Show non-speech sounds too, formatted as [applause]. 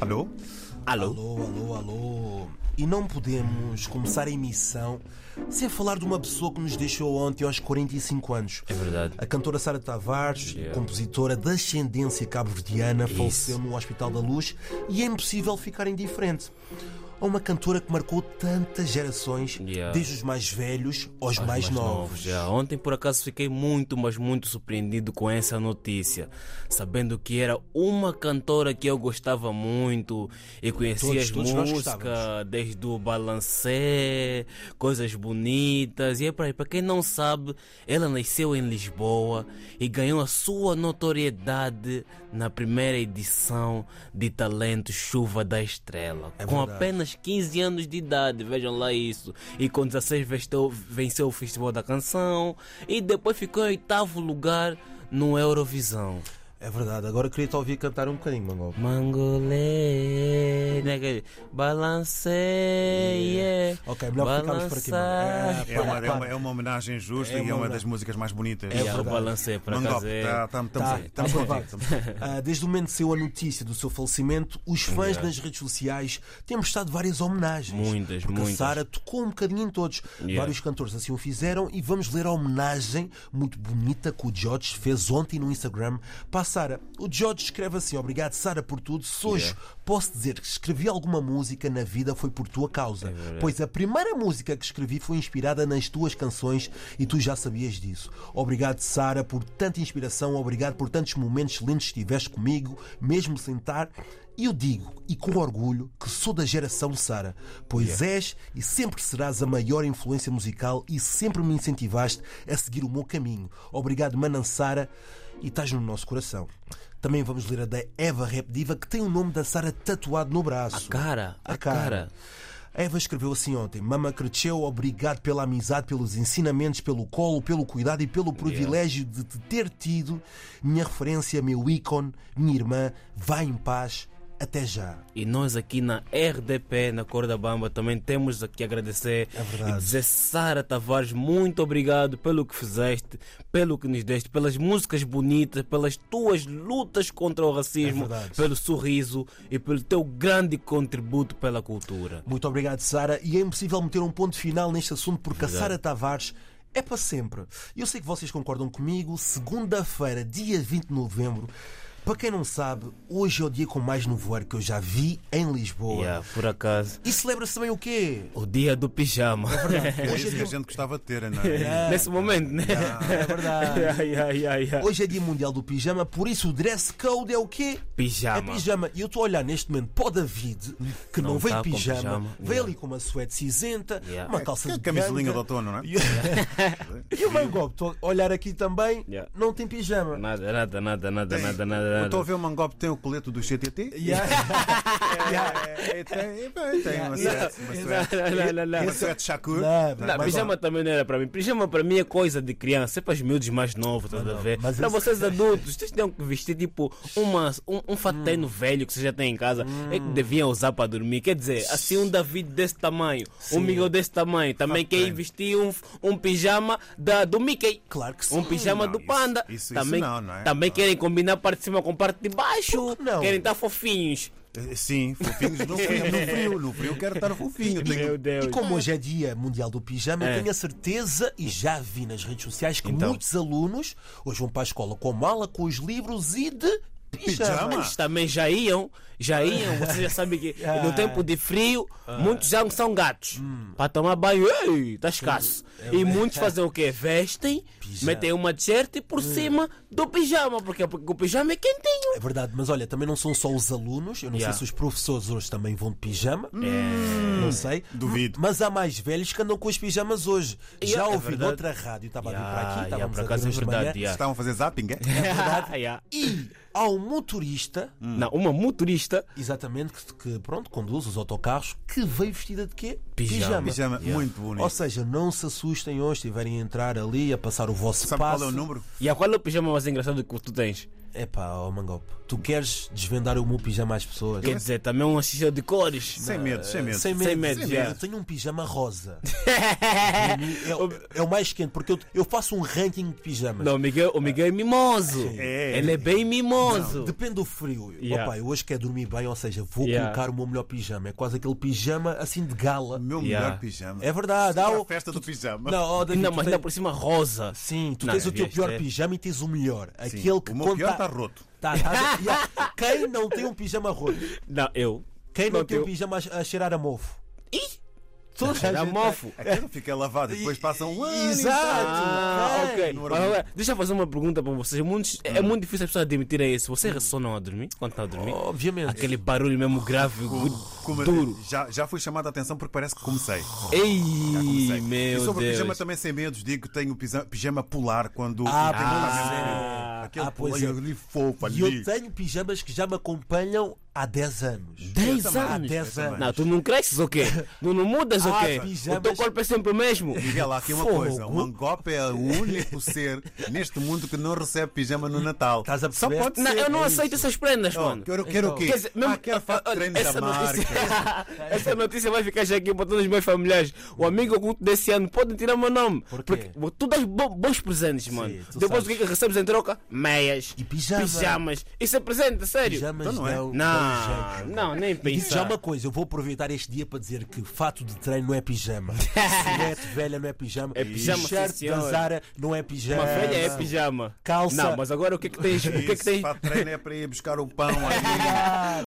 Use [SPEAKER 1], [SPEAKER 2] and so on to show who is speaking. [SPEAKER 1] Alô?
[SPEAKER 2] Alô?
[SPEAKER 1] Alô, alô, alô. E não podemos começar a emissão sem falar de uma pessoa que nos deixou ontem aos 45 anos.
[SPEAKER 2] É verdade.
[SPEAKER 1] A cantora Sara Tavares,
[SPEAKER 2] Yeah.
[SPEAKER 1] compositora de ascendência cabo-verdiana,
[SPEAKER 2] Isso.
[SPEAKER 1] faleceu no Hospital da Luz e é impossível ficar indiferente. A uma cantora que marcou tantas gerações,
[SPEAKER 2] Yeah.
[SPEAKER 1] desde os mais velhos aos mais, novos.
[SPEAKER 2] já. Ontem, por acaso, fiquei muito, mas muito surpreendido com essa notícia, sabendo que era uma cantora que eu gostava muito e conhecia
[SPEAKER 1] Todos-
[SPEAKER 2] as
[SPEAKER 1] todos nós
[SPEAKER 2] músicas,
[SPEAKER 1] gostávamos.
[SPEAKER 2] desde o Balancé, coisas bonitas. E é para quem não sabe, ela nasceu em Lisboa e ganhou a sua notoriedade na primeira edição de Talento Chuva da Estrela, com
[SPEAKER 1] verdade.
[SPEAKER 2] apenas apenas 15 anos de idade, vejam lá isso. E com 16 vestou- venceu o Festival da Canção e depois ficou em oitavo lugar no Eurovisão.
[SPEAKER 1] É verdade, agora queria te ouvir cantar um bocadinho, Mangob.
[SPEAKER 2] Mangolé, né, que- balancei, é.
[SPEAKER 1] Ok, melhor ficarmos por aqui, mano.
[SPEAKER 2] balançar.
[SPEAKER 3] É uma, é, uma, é uma homenagem justa
[SPEAKER 1] É uma
[SPEAKER 3] e é uma
[SPEAKER 1] homenagem.
[SPEAKER 3] das músicas mais bonitas.
[SPEAKER 2] É, o balancei para
[SPEAKER 3] Mangop,
[SPEAKER 2] casa.
[SPEAKER 3] tá- tá-
[SPEAKER 1] Tá,
[SPEAKER 3] estamos aí,
[SPEAKER 1] tá
[SPEAKER 3] estamos
[SPEAKER 1] aprovado.
[SPEAKER 3] contigo, estamos-
[SPEAKER 1] [laughs] Ah, desde o momento que saiu a notícia do seu falecimento, os fãs
[SPEAKER 3] É.
[SPEAKER 1] nas redes sociais têm mostrado várias homenagens.
[SPEAKER 2] Muitas,
[SPEAKER 1] porque
[SPEAKER 2] muitas.
[SPEAKER 1] A Sara tocou um bocadinho em todos.
[SPEAKER 2] Yeah.
[SPEAKER 1] Vários cantores assim o fizeram e vamos ler a homenagem muito bonita que o George fez ontem no Instagram para a Sara. O George escreve assim: Obrigado, Sara, por tudo. Se hoje posso dizer que escrevi alguma música na vida foi por tua causa, pois a primeira música que escrevi foi inspirada nas tuas canções e tu já sabias disso. Obrigado, Sara, por tanta inspiração, obrigado por tantos momentos lindos que tiveste comigo, mesmo sem estar. Eu digo, e com orgulho, que sou da geração Sara, pois és e sempre serás a maior influência musical e sempre me incentivaste a seguir o meu caminho. Obrigado, Manan Sara, e estás no nosso coração. Também vamos ler a da Eva Rap Diva, que tem o nome da Sara tatuado no braço.
[SPEAKER 2] Cara, a cara.
[SPEAKER 1] A Eva escreveu assim ontem: Mama cresceu, obrigado pela amizade, pelos ensinamentos, pelo colo, pelo cuidado e pelo privilégio de te ter tido. Minha referência, meu ícone, minha irmã, vai em paz, até já.
[SPEAKER 2] E nós aqui na RDP, na Cor da Bamba, também temos aqui a agradecer
[SPEAKER 1] É verdade.
[SPEAKER 2] e dizer Sara Tavares, muito obrigado pelo que fizeste, pelo que nos deste, pelas músicas bonitas, pelas tuas lutas contra o
[SPEAKER 1] É
[SPEAKER 2] racismo,
[SPEAKER 1] verdade.
[SPEAKER 2] pelo sorriso e pelo teu grande contributo pela cultura.
[SPEAKER 1] Muito obrigado, Sara. E é impossível meter um ponto final neste assunto porque a Sara Tavares é para sempre. E Eu sei que vocês concordam comigo. Segunda-feira, dia 20 de novembro. Para quem não sabe, hoje é o dia com mais nevoeiro que eu já vi em Lisboa.
[SPEAKER 2] Yeah, por acaso,
[SPEAKER 1] E celebra-se também o quê?
[SPEAKER 2] o dia do pijama.
[SPEAKER 3] É
[SPEAKER 1] Hoje é
[SPEAKER 3] isso que
[SPEAKER 1] dia-
[SPEAKER 3] a gente gostava de ter, não
[SPEAKER 2] [laughs]
[SPEAKER 3] é?
[SPEAKER 2] Nesse momento, né?
[SPEAKER 1] [laughs] É verdade.
[SPEAKER 2] Yeah, yeah, yeah, yeah.
[SPEAKER 1] Hoje é dia mundial do pijama, por isso o dress code é o quê?
[SPEAKER 2] Pijama.
[SPEAKER 1] É pijama. E eu estou a olhar neste momento para o David, que não,
[SPEAKER 2] Não
[SPEAKER 1] veio
[SPEAKER 2] tá
[SPEAKER 1] de
[SPEAKER 2] com
[SPEAKER 1] pijama,
[SPEAKER 2] pijama.
[SPEAKER 1] veio
[SPEAKER 2] Yeah.
[SPEAKER 1] ali com uma suéte cinzenta,
[SPEAKER 2] Yeah.
[SPEAKER 1] uma calça de
[SPEAKER 3] é Camisolinha de
[SPEAKER 1] ganga.
[SPEAKER 3] outono, não é?
[SPEAKER 1] E o Mangob, estou a olhar aqui também,
[SPEAKER 2] Yeah.
[SPEAKER 1] não tem pijama.
[SPEAKER 2] Nada, nada, nada, nada, nada,
[SPEAKER 3] Eu
[SPEAKER 2] nada.
[SPEAKER 3] Estou a ver o Mangop tem o colete do CTT.
[SPEAKER 1] Yeah. Yeah.
[SPEAKER 3] É, tem, bem, tem uma suéte. Uma suéte-
[SPEAKER 2] Lá, lá, lá, lá.
[SPEAKER 3] uma suéte Shakur.
[SPEAKER 2] Não,
[SPEAKER 1] Não, é- mas-
[SPEAKER 2] pijama também não era para mim. Pijama para mim é coisa de criança, é para os miúdos mais novos, estás a ver?
[SPEAKER 1] mas
[SPEAKER 2] Para
[SPEAKER 1] isso-
[SPEAKER 2] vocês adultos, vocês tinham que vestir tipo uma, um, um
[SPEAKER 1] Hum.
[SPEAKER 2] fateno velho que vocês já têm em casa, é que deviam usar para dormir. Quer dizer, assim um David desse tamanho, um Miguel desse tamanho, também quer vestir um, um pijama da, do Mickey.
[SPEAKER 1] [laughs] Claro que sim.
[SPEAKER 2] Um pijama
[SPEAKER 3] Não,
[SPEAKER 2] do
[SPEAKER 3] isso-
[SPEAKER 2] panda.
[SPEAKER 3] isso- isso
[SPEAKER 2] também
[SPEAKER 3] não, não é?
[SPEAKER 2] também querem combinar parte de cima com parte de baixo.
[SPEAKER 1] Por que não?
[SPEAKER 2] Querem estar fofinhos.
[SPEAKER 3] Tá. Sim, fofinhos no frio. No frio, no frio quero estar fofinho.
[SPEAKER 2] Meu
[SPEAKER 3] Tenho-
[SPEAKER 2] Deus.
[SPEAKER 1] E como hoje é dia mundial do pijama,
[SPEAKER 2] É.
[SPEAKER 1] eu tenho a certeza, e já vi nas redes sociais, que
[SPEAKER 2] Então.
[SPEAKER 1] muitos alunos hoje vão para a escola com a mala, com os livros e de pijama.
[SPEAKER 3] Pijama?
[SPEAKER 2] Eles também já iam, já iam, você já sabe
[SPEAKER 3] [laughs]
[SPEAKER 2] que
[SPEAKER 3] Ah.
[SPEAKER 2] no tempo de frio, muitos já são gatos.
[SPEAKER 3] Hum.
[SPEAKER 2] Para tomar banho, ei, tá escasso. E
[SPEAKER 3] [laughs]
[SPEAKER 2] muitos fazem o quê? Vestem, metem uma t-shirt
[SPEAKER 3] Hum.
[SPEAKER 2] por cima do pijama, porque, porque o pijama é quentinho.
[SPEAKER 1] É verdade, mas olha, também não são só os alunos, eu não
[SPEAKER 2] Yeah. É.
[SPEAKER 1] sei se os professores hoje também vão de pijama, Hum. não sei.
[SPEAKER 3] Duvido.
[SPEAKER 1] Mas há mais velhos que andam com os pijamas hoje.
[SPEAKER 2] Yeah,
[SPEAKER 1] Já
[SPEAKER 2] é
[SPEAKER 1] ouvi
[SPEAKER 2] verdade.
[SPEAKER 1] outra rádio, estava a vir para aqui,
[SPEAKER 2] Ah, yeah,
[SPEAKER 1] estávamos
[SPEAKER 2] por
[SPEAKER 1] a
[SPEAKER 2] acaso
[SPEAKER 1] ver
[SPEAKER 2] é
[SPEAKER 1] hoje de
[SPEAKER 2] verdade.
[SPEAKER 1] manhã,
[SPEAKER 2] yeah.
[SPEAKER 3] Estavam a Hum. fazer zapping, é?
[SPEAKER 2] [laughs] Yeah.
[SPEAKER 1] E há um motorista,
[SPEAKER 2] Não, uma motorista
[SPEAKER 1] exatamente, que, que, pronto, conduz os autocarros, que veio vestida de quê?
[SPEAKER 2] Pijama.
[SPEAKER 3] Pijama muito
[SPEAKER 1] Ou
[SPEAKER 3] bonito.
[SPEAKER 1] seja, não se assustem hoje, se tiverem a entrar ali, a passar o vosso
[SPEAKER 3] Sabe
[SPEAKER 1] passo.
[SPEAKER 3] qual é o número?
[SPEAKER 2] E a qual é o pijama mais engraçado que tu tens?
[SPEAKER 1] Epá, ó Mangop, tu queres desvendar o meu pijama às pessoas?
[SPEAKER 2] Quer dizer, também é uma xixi de cores.
[SPEAKER 3] Sem medo, sem medo.
[SPEAKER 1] Sem medo,
[SPEAKER 2] Sem medo,
[SPEAKER 1] sem
[SPEAKER 2] já.
[SPEAKER 1] medo. Eu tenho um pijama
[SPEAKER 2] [laughs]
[SPEAKER 1] rosa. é, é o mais quente, porque eu, eu faço um ranking de pijamas.
[SPEAKER 2] Não, o Miguel, o Miguel é mimoso.
[SPEAKER 3] É.
[SPEAKER 2] Ele é bem mimoso.
[SPEAKER 1] Depende do frio.
[SPEAKER 2] Yeah.
[SPEAKER 1] Opa, eu hoje quero dormir bem, ou seja, vou
[SPEAKER 2] Yeah.
[SPEAKER 1] colocar o meu melhor pijama. É quase aquele pijama assim de gala.
[SPEAKER 3] O meu
[SPEAKER 2] Yeah.
[SPEAKER 3] melhor pijama.
[SPEAKER 1] É verdade.
[SPEAKER 3] Era
[SPEAKER 1] há
[SPEAKER 3] a
[SPEAKER 1] o-
[SPEAKER 3] festa do pijama.
[SPEAKER 1] Não, ó, David,
[SPEAKER 2] Ainda
[SPEAKER 1] tu
[SPEAKER 2] mais,
[SPEAKER 1] tens-
[SPEAKER 2] ainda por cima, rosa.
[SPEAKER 1] Sim, tu
[SPEAKER 2] Não,
[SPEAKER 1] tens o teu
[SPEAKER 2] vieste,
[SPEAKER 1] pior
[SPEAKER 2] é.
[SPEAKER 1] pijama e tens o melhor.
[SPEAKER 3] Sim,
[SPEAKER 1] Aquele que
[SPEAKER 3] o meu pior
[SPEAKER 1] conta-
[SPEAKER 3] está roto.
[SPEAKER 1] Tá, tá- yeah. Quem não tem um pijama roto?
[SPEAKER 2] Não, eu.
[SPEAKER 1] Quem não
[SPEAKER 2] Não,
[SPEAKER 1] tem um
[SPEAKER 2] teu.
[SPEAKER 1] pijama a, a cheirar a mofo?
[SPEAKER 2] Era mofo.
[SPEAKER 3] Aquilo fica lavado e depois passa um ano.
[SPEAKER 1] Exato.
[SPEAKER 2] Ah, ok.
[SPEAKER 3] Não
[SPEAKER 2] Mas,
[SPEAKER 3] era muito.
[SPEAKER 2] agora, deixa eu fazer uma pergunta para vocês. Muitos- É muito difícil as pessoas admitirem isso. Vocês ressonam a dormir? Quando estão a dormir?
[SPEAKER 1] Obviamente.
[SPEAKER 2] Aquele barulho mesmo grave,
[SPEAKER 3] Como- é
[SPEAKER 2] duro.
[SPEAKER 3] Já, já fui chamado a atenção porque parece que comecei.
[SPEAKER 2] Ei,
[SPEAKER 3] Comecei. e
[SPEAKER 2] meu
[SPEAKER 3] sobre o pijama
[SPEAKER 2] Deus.
[SPEAKER 3] também sem medos, digo que tenho o pisa- pijama polar quando.
[SPEAKER 1] Ah,
[SPEAKER 3] tem
[SPEAKER 1] pois
[SPEAKER 3] que estar
[SPEAKER 1] é.
[SPEAKER 3] mesmo. Aquele
[SPEAKER 1] Ah, pois
[SPEAKER 3] polar
[SPEAKER 1] é.
[SPEAKER 3] ali fofo
[SPEAKER 1] E eu
[SPEAKER 3] ali.
[SPEAKER 1] tenho pijamas que já me acompanham há 10 anos.
[SPEAKER 2] 10
[SPEAKER 3] também,
[SPEAKER 1] Há
[SPEAKER 2] anos.
[SPEAKER 1] 10 anos.
[SPEAKER 2] Não, tu não cresces ou quê? Tu não mudas ou
[SPEAKER 1] Ah,
[SPEAKER 2] quê? O teu
[SPEAKER 1] pijamas-
[SPEAKER 2] corpo é sempre o mesmo.
[SPEAKER 3] Miguel, há aqui uma
[SPEAKER 1] Fogo.
[SPEAKER 3] coisa: o Mangop é o único ser neste mundo que não recebe pijama no Natal.
[SPEAKER 2] Tá
[SPEAKER 1] Estás a
[SPEAKER 3] Só
[SPEAKER 1] perceber?
[SPEAKER 3] pode
[SPEAKER 2] Não,
[SPEAKER 3] ser.
[SPEAKER 2] eu não
[SPEAKER 1] é
[SPEAKER 2] aceito essas prendas,
[SPEAKER 3] Oh,
[SPEAKER 2] mano.
[SPEAKER 3] quero, quero o quê?
[SPEAKER 2] Então, Quer dizer, mesmo-
[SPEAKER 3] ah, quero fato de treino
[SPEAKER 2] essa
[SPEAKER 3] da marca.
[SPEAKER 2] notícia, essa notícia vai ficar já aqui para todos os meus familiares. O amigo oculto desse ano pode tirar o meu nome.
[SPEAKER 1] Por quê?
[SPEAKER 2] Porque tu dás bo- bons presentes, mano.
[SPEAKER 1] tu
[SPEAKER 2] Depois o que
[SPEAKER 1] sabes.
[SPEAKER 2] é que recebes em troca? Meias.
[SPEAKER 1] E pijama.
[SPEAKER 2] Pijamas. Isso é presente, sério.
[SPEAKER 1] Pijamas
[SPEAKER 3] Então não é.
[SPEAKER 1] dão- dão
[SPEAKER 2] Não,
[SPEAKER 1] jeito.
[SPEAKER 2] não, nem
[SPEAKER 1] E digo já
[SPEAKER 2] pensar.
[SPEAKER 1] é uma coisa, eu vou aproveitar este dia para dizer que fato de treino não é pijama. Silete velha não é pijama.
[SPEAKER 2] É pijama,
[SPEAKER 1] T-shirt
[SPEAKER 2] sim,
[SPEAKER 1] da
[SPEAKER 2] senhor.
[SPEAKER 1] Zara não é pijama.
[SPEAKER 2] Uma velha é pijama.
[SPEAKER 1] Calça.
[SPEAKER 2] Não, mas agora [laughs] o que é que tens? O que é que
[SPEAKER 3] Isso,
[SPEAKER 2] tens? [laughs]
[SPEAKER 3] fato de treino é para ir buscar o pão um ali.